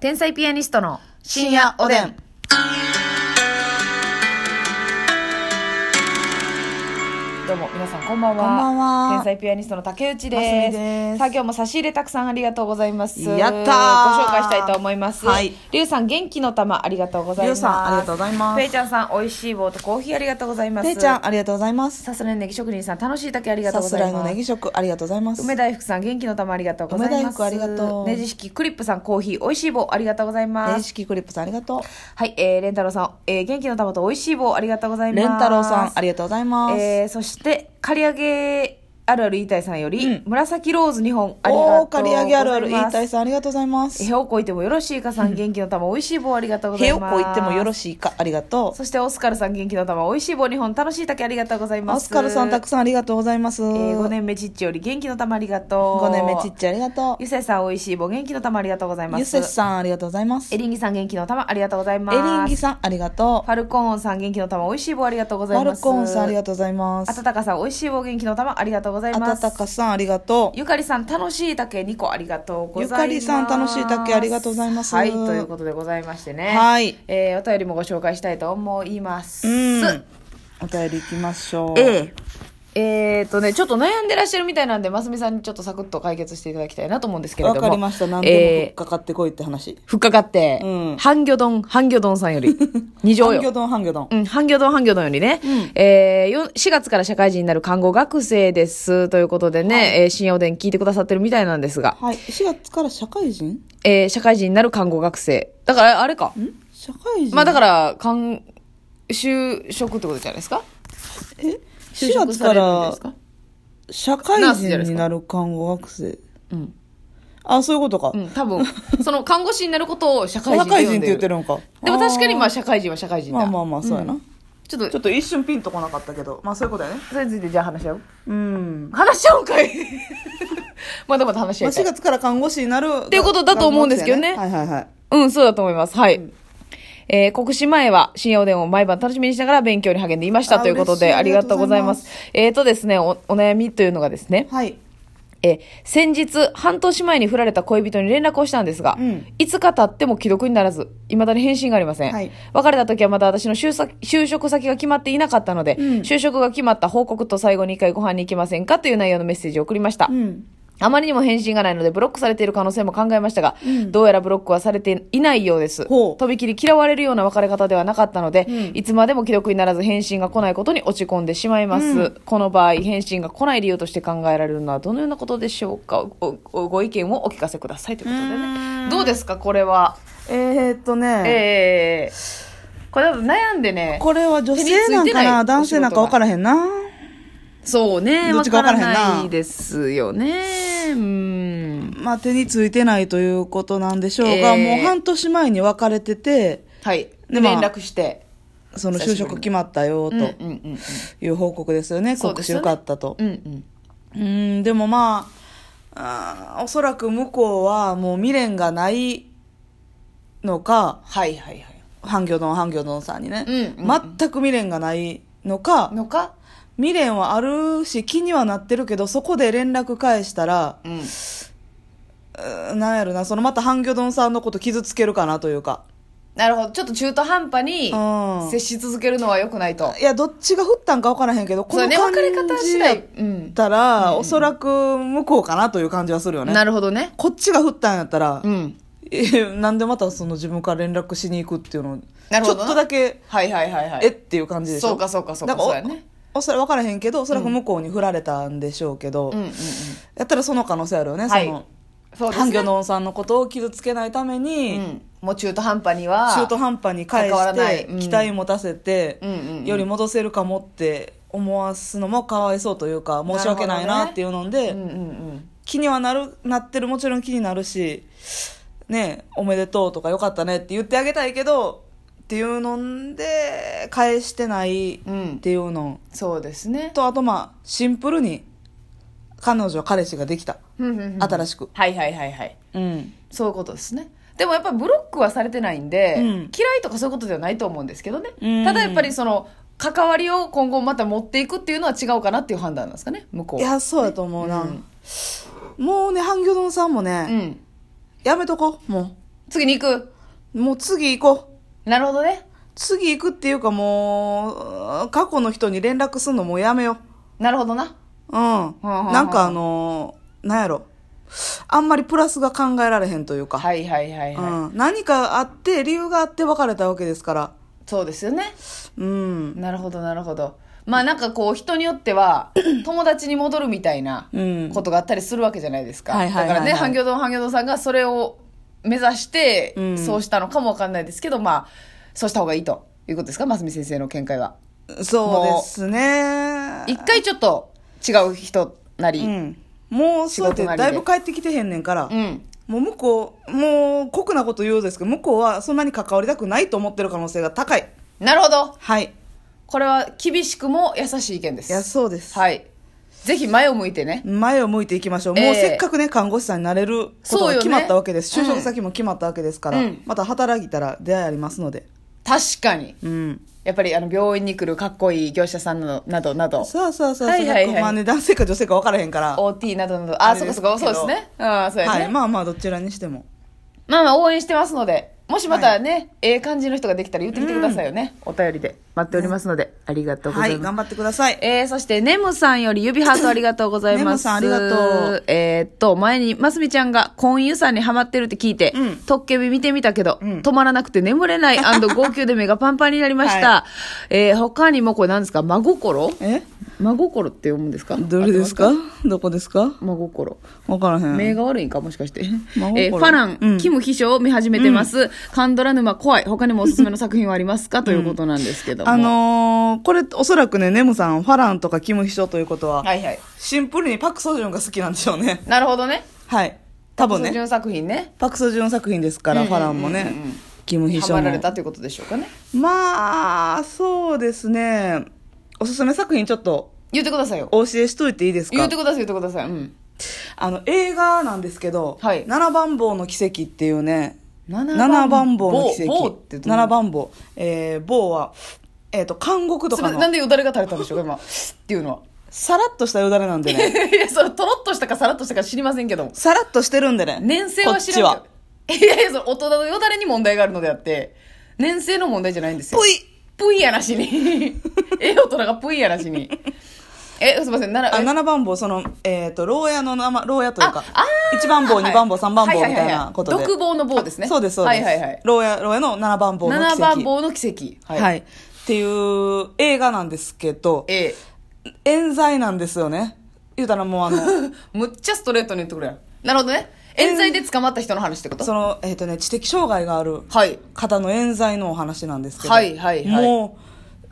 天才ピアニストの深夜おでん。どうも皆さんこんばんはこんばんは天才ピアニストの竹内ますですみですさあ今日も差し入れたくさんありがとうございますやったーご紹介したいと思いますはいりゅうさん元気の玉ありがとうございりょまうすさん、ありがとうございまペイす。ちゃんさん美味しい棒とコーヒーありがとうございますペイちゃん、ありがとうございます。さすらいのネギ職人さん楽しい竹ありがとうさごすざらいいのまネすギ食、ありがとうございます。梅大福さん元気の玉ありがとうございます梅大福ありがとうねじ式クリップさんコーヒー美味しい棒ありがとうございます電子キークリップさん、ありがとう。はい、えー、レンタロウさん、えー、元気の玉と美味しい棒ありがとうございます。レンタロウさん、ありがとうございます。えー、そして、刈り上げあるある言いたいさんより、うん紫ローズ2本ありがとおうごー、ざい刈ます。り上げあるある、言いたいささん、ありがとうございます。へをこいてもよろしいかさん、元気の玉、美味しい棒ありがとうござへいをます。こいてもよろい。しいか、ありがと。そして、オスカルさん、元気の玉、美味しい棒2本、楽しい竹ありがとうございうまオす。スカルさん、たくさんありがとうございます。えー、5 5年目ちっちより、元気の玉ありがとう。年目ちっちゃい、ありがと。ゆせさん、美味しい棒、元気の玉ありがとうございうます。ゆせさん、ありがとうございます。エエリンギさん、元気の玉、ありがとうございます。リンギさん、ありがとファルコーンさん、元気の玉、美味しい棒ありがとうごう。ざいマまルす。コーンさん、ありがとうございまあすた。たかさん、美味しい棒元気の玉、ありがとうございあまたす。たかさん、ありがとう。ゆかりさん、楽しいだけ2個ありがとうございます。ゆかりさん楽しいだけありがとうございますはい、ということでございましてね。はいえーお便りもご紹介したいと思います。うん。お便り行きましょう。えええーとね、ちょっと悩んでらっしゃるみたいなんで、ますみさんにちょっとサクッと解決していただきたいなと思うんですけれどわも。かりました。何でも引っえーかかってこいって話。ふっかかって、うん半魚丼、半魚丼さ んより、二乗半魚よ。丼、半魚丼。うん、半魚丼、半魚丼よりね、えーよ4月から社会人になる看護学生です。ということでね、えー深夜おでん聞いてくださってるみたいなんですが、はい。4月から社会人えー社会人になる看護学生。だから、あれか。社会人まあだから、看、就職ってことじゃないですかえ就 ?4 職月されかるんでらすか社会人になる看護学生。うん。あ、そういうことかう。ん、多 分、その看護師になることを社会人っ社て会呼人んってで言っる。てるのか。でも確かにまああ社会人は社会人ー、だ。まあまあまあ、そうやな。ちょっちょと、っと一瞬ピンとこなかったけど、まあそういうことやね。それについてじゃあ話し合ううん。話し合うんかい まあでも話しま合あいたい4。月から看護師になる。っていうことだと思うんですけどねはいはいはい。うん、そうだと思います。はい。えー国試前は深夜おでんを毎晩楽しみにしながら勉強に励んでいましたあということで、嬉しいありがとうございます。あえーとですね、お、お悩みというのがですね、はい。えー先日、半年前に振られた恋人に連絡をしたんですが、うんいつか経っても既読にならず、未だに返信がありません。はい別れた時はまだ私の就職就職先が決まっていなかったので、うん就職が決まった報告と最後に一回ご飯に行きませんかという内容のメッセージを送りました。うん。あまりにも返信がないのでブロックされている可能性も考えましたが、どうやらブロックはされていないようです。ほうとびきり嫌われるような別れ方ではなかったので、うんいつまでも既読にならず返信が来ないことに落ち込んでしまいます。この場合、返信が来ない理由として考えられるのはどのようなことでしょうかおおご意見をお聞かせくださいということでね。どうですか、これは。えーっとね、ええこれ多分悩んでね。これは女性なん手についてかないな、男性なんかわからへんな。そうね。どっちか分からへんなわらないですよね。うん。まあ、手についてないということなんでしょうが、えーもう半年前に別れてて、はい。で、でまあ連絡して。その就職決まったようんうんとうんいう報告ですよね、そうで告す知よね受かったと。うんうんうん、でもまああーおそらく向こうはもう未練がないのか、はいはいはい半魚丼、半魚丼さんにね、うんうん全く未練がないのか、のか未練はあるし、気にはなってるけど、そこで連絡返したら、うんうーなんやろな、そのまた半魚丼さんのこと傷つけるかなというか。なるほどちょっと中途半端にうん接し続けるのはよくないといや、どっちが振ったんか分からへんけど、こそうのね感別れ方じ次や第っうんたら、おそらく向こうかなという感じはするよね。なるほどねこっちが振ったんやったらう、んえなんでまたその自分から連絡しに行くっていうの、なるちほょどっなとだけ、はいはいはいはえっいていう感じでしょ。そうかそうかそうかだらそうやねおおそらく分からへんけど、おそらく向こうに振られたんでしょうけど、うんうんうんやったらその可能性あるよね、はいその、そうです半魚ねのさんのことを傷つけないためうに、んもう中途半端には中途半端に関返わらしないて、うん期待持たせて、うんうんうんより戻せるかもって思わすのもかわいそうというか申し訳ないなっていうので、うんうんうん気にはなるなってるもちろん気になるしねえおめでとうとかよかったねって言ってあげたいけどっていうので返してないっうんていうの、そうですねとあとまあシンプルに彼女彼氏ができた、うんうんうん新しくはいはいはいはいうん、そういうことですね。でもやっぱりブロックはされてないんで、うん嫌いとかそういうことではないと思うんですけどね。うんただやっぱりその、関わりを今後また持っていくっていうのは違うかなっていう判断なんですかね、向こういやそうやと思うな、うんもうね半魚丼さんもね、うん。やめとこうもう次に行く。もう次行こう。なるほどね。次行くっていうかもう、過去の人に連絡するのもうやめよなるほどな。う。うん。あはあなんかあのーなんやろ。あんまりプラスが考えられへんというか。はいはいはいはい。うん、何かあって、理由があって別れたわけですから。そうですよね。うん。なるほどなるほど。まあなんかこう人によって は友達に戻るみたいなうん。ことがあったりするわけじゃないですか。はいはいはいはいだからね、半魚堂半魚堂さんがそれを目指してうんそうしたのかもわかんないですけど、まあそうした方がいいということですか、ますみ先生の見解は。そうですね。一回ちょっと違う人なり。ううん。ん。もうそうやっ仕て事なりでだいぶ帰ってきてへんねんから。もう向こう、もう酷なこと言うんですけど、向こうはそんなに関わりたくないと思ってる可能性が高い。なるほど。はい。これは厳しくも優しい意見でいや、す。そうです。はい。ぜひ前を向いてね。前を向いていきましょう、ええもうせっかくね看護師さんになれることそうよねが決まったわけです、うん就職先も決まったわけですから、うんまた働いたら出会いありますので確かに。うんやっぱりあの病院に来るかっこいい業者さんなどなどなど、さあさあさあ、はいはいはいそれまあね男性か女性か分からへんから、 OT などなど、あ、あれそこですそけどこ、そうですね。あそうやね、はいまあまあどちらにしてもまあまあ応援してますので、もしまたね、ええ感じの人ができたら言ってきてくださいよね。お便りで待っておりますので、ありがとうござはいいます。頑張ってくださいえー、そして、ネムさんより指ハートありがとうございます。ネムさんありがとう。えーっと、前に、ますみちゃんが、コンユさんにハマってるって聞いて、うんトッケビ見てみたけど、うん止まらなくて眠れない号泣で目がパンパンになりました。 はえー他にもこれ何ですか真心え真心って読むんですかどれですかどこですか真心。分からへん目が悪いんかもしかして。え真心ーファラン、うんキム秘書を見始めてます。カンドラ沼怖い。他にもおすすめの作品はありますか、ということなんですけども。あ、のーこれおそらくねネムさんファランとかキム秘書ということは、はいはい。シンプルにパク・ソジュンが好きなんでしょうねなるほどね。はい多分ね純作品ね。パク・ソジュン作品ですから、うんうんフうんァうんランもね、キム・ヒハショマもられたということでしょうかね。まあ、そうですね。おすすめ作品ちょっと言ってくださいよ。お教えしといていいです言かってください、言ってください。うん。あの、映画なんですけど、はい七番坊の奇跡っていうね、七七番坊の奇棒跡。棒ってどう七番坊。えー、坊は、えっ、と、監獄とそかれ、なのん、でよだれが垂れたんでしょうか、今。っていうのは。さらっとしたよだれなん でね、いや、それ、とろっとしたかさらっとしたか知りませんけども。さらっとしてるんでね。年生は知らんこっけど。いやいや、それ、大人のよだれに問題があるのであって、年生の問題じゃないんですちよは。。ぷいぷいやなし に。え、大人がぷいやなしに。え、すいません、なら、あえ七番坊、その、えっ、と、牢屋の名前、牢屋というかああ、一番坊、はい二番坊、三番坊みははたいははなことで。独房の棒ですね。そうです、そうです。はいはいはい。牢屋、牢屋の七番坊の奇跡。 7番棒の奇跡。はい、っていう映画なんですけど、え 冤罪なんですよね。言うたらもう あの、えむっちゃストレートに言ってくれやんなるほどね。冤罪で捕まった人の話ってことその、えっ、とね、知的障害があるはい。方の冤罪のお話なんですけど、はいはいはいも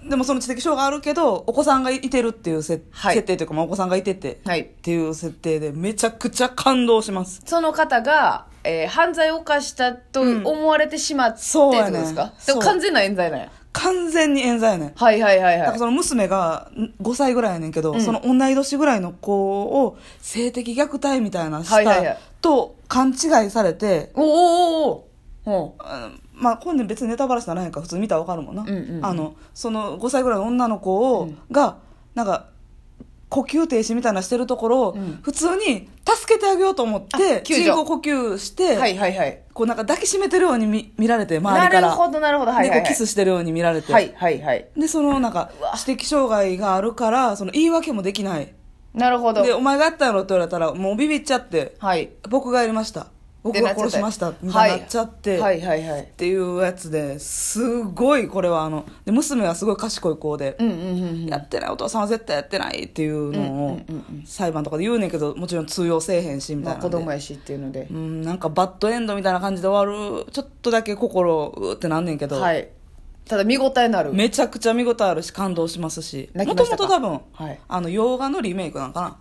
う、でもその知的障害あるけど、お子さんがいてるっていうせ、はい設定というか、まあ、お子さんがいてて、はいっていう設定で、めちゃくちゃ感動します。その方が、えー犯罪を犯したと思われてしまって、そうっやねてことですかそでうも完全な冤罪なんや。完全に冤罪やねん。はいはいはいだかはらい。その娘がん5歳ぐらいやねんけど、うんその同い年ぐらいの子を性的虐待みたいなのしはいはいはたいと勘違いされて、おおおおおおうんまあ今度別にネタバラシならへんから普通見たらわかるもんな、んうんうんあのその5歳ぐらいの女の子を、がなんか呼吸停止みたいなしてるところを、うん普通に助けてあげようと思ってあ救助人工呼吸して、はいはいはい。こうなんか抱きしめてるように見見られて周なりかるらほどなるほど。はいはい、ではこういキ。スしてるように見られて、はいはいはい。でそのなんか知的障害があるからその言い訳もできないなるほどで。お前がやったやろって言われたらもうビビっちゃってはい。僕がやりました僕が殺しましたみたいになっちゃって、はいはいはいはいっ。ていうやつですごいこれはあので娘はすごい賢い子で、うんうんうんうん。やってないお父さんは絶対やってないっていうのうんをうんうん裁判とかで言うねんけどもちろん通用せえへんしみたまいあな子んで、供やしっていうのでう。んなんかバッドエンドみたいな感じで終わるちょっとだけ心うーってなんねんけど、はい。ただ見応えのある。めちゃくちゃ見事あるし感動しますし泣もきましたともかと多分、はいあの洋画のリメイクなんか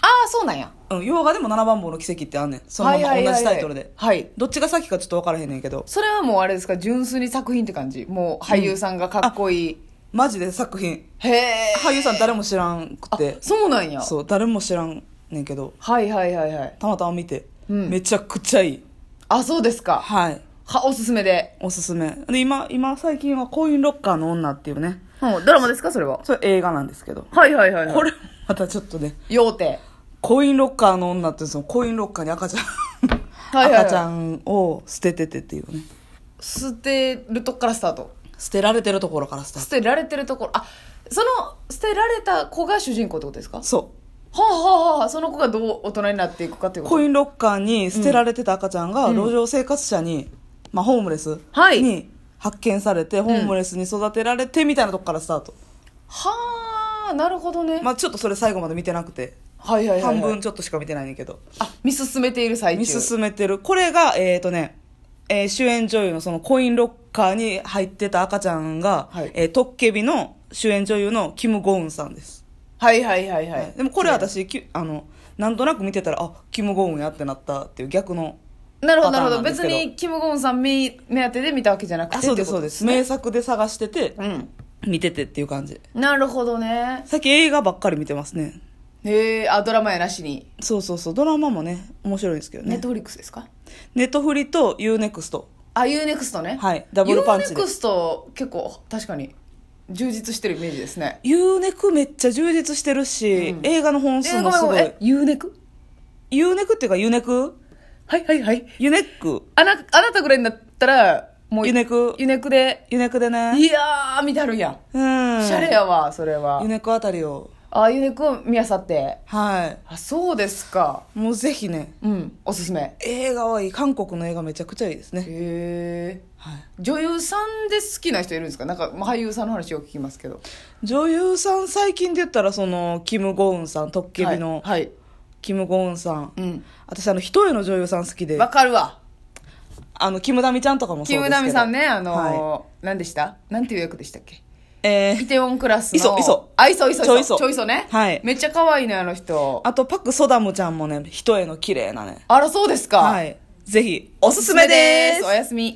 ああ、そうなんや。な、うん、洋画でも「七番坊の奇跡」ってあんねんそのまま同じタイトルで、はいはいはいはい。どっちが先かちょっと分からへんねんけどそれはもうあれですか、純粋に作品って感じ。もう俳優さんがかっこいい。マジで作品へえ。俳優さん誰も知らんくあて、そうなんや。そう誰も知らんねんけどはいはいはいはい。たまたま見て、うんめちゃくちゃいいあ、そうですか。はいは、おすすめで。おすすめで今今最近は「コインロッカーの女」っていうねうん、ドラマですか、それは。それ映画なんですけどはいはいはい、ここれ。れまたちょっとね要点。コインロッカーの女ってそのコインロッカーに赤ちゃんはいはい赤ちゃんを捨てててっていうね捨てるとこからスタート捨てられてるところからスター捨てられてるところあその捨てられた子が主人公ってことですかはトそあ、はあはあ、その子がどう大人になっていくかっていううことコインロッカーに捨てられてた赤ちゃんがうん路上生活者に、まあ、ホームレスはいに発見されて、ホームレスに育てられてみたいなとこからスタート、はあなるほど ね、まあ、ちょっとそれ最後まで見てなくてはいはいはい、はい、半分ちょっとしか見てないねんだけどあ見進めている最中見進めてるこれがえっ、とね、えー主演女優のそのコインロッカーに入ってた赤ちゃんが、はいえートッケビの主演女優のキム・ゴウンさんです、はいはいはいはい、でもこれ私きあのなんとなく見てたらあキム・ゴウンやってなったっていう逆のなるほどパなるほターンなどんです別けどにキム・ゴンさん目目当てで見たわけじゃなくてあそうですそうってことです名作で探しててうん見ててっていう感じなるほどねさっき映画ばっかり見てますねへえあドラマやなしにそうそうそうドラマもね面白いですけどネッねトフリックスですかネットフリと UNEXT あ UNEXT ねはいダブルパンチで UNEXT 結構確かに充実してるイメージですね UNEX めっちゃ充実してるし、うん映画の本数もすごいえ UNEX? ユーネクっていうかユーネクはいはいはいユネックあなあなたぐらいになったらもうユネクユネクでユネクでねいやー見てあるやんうんシャレやわそれはユネクあたりをあユネクを見あさってはあそうですかいもうぜひねうんおすすめ映画はいい韓国の映画めちゃくちゃいいですねへえはい女優さんで好きな人いるんですかなんか、まあ、俳優さんの話を聞きますけど女優さん最近で言ったらそのキム・ゴウンさんトッケビのはい、はいキム・ゴウンさん、うん私あの一重の女優さん好きでわかるわあのキムダミちゃんとかもそうキですムけどナミさんねあはいのー何でしたなんていう役でしたっけえイーテウォンクラスのイソイソあイソイソちょいそちょいそねはいめっちゃ可愛いねあの人ああとパク・ソダムちゃんもね一重の綺麗なねらそうですかはいぜひおすすめですおやすみ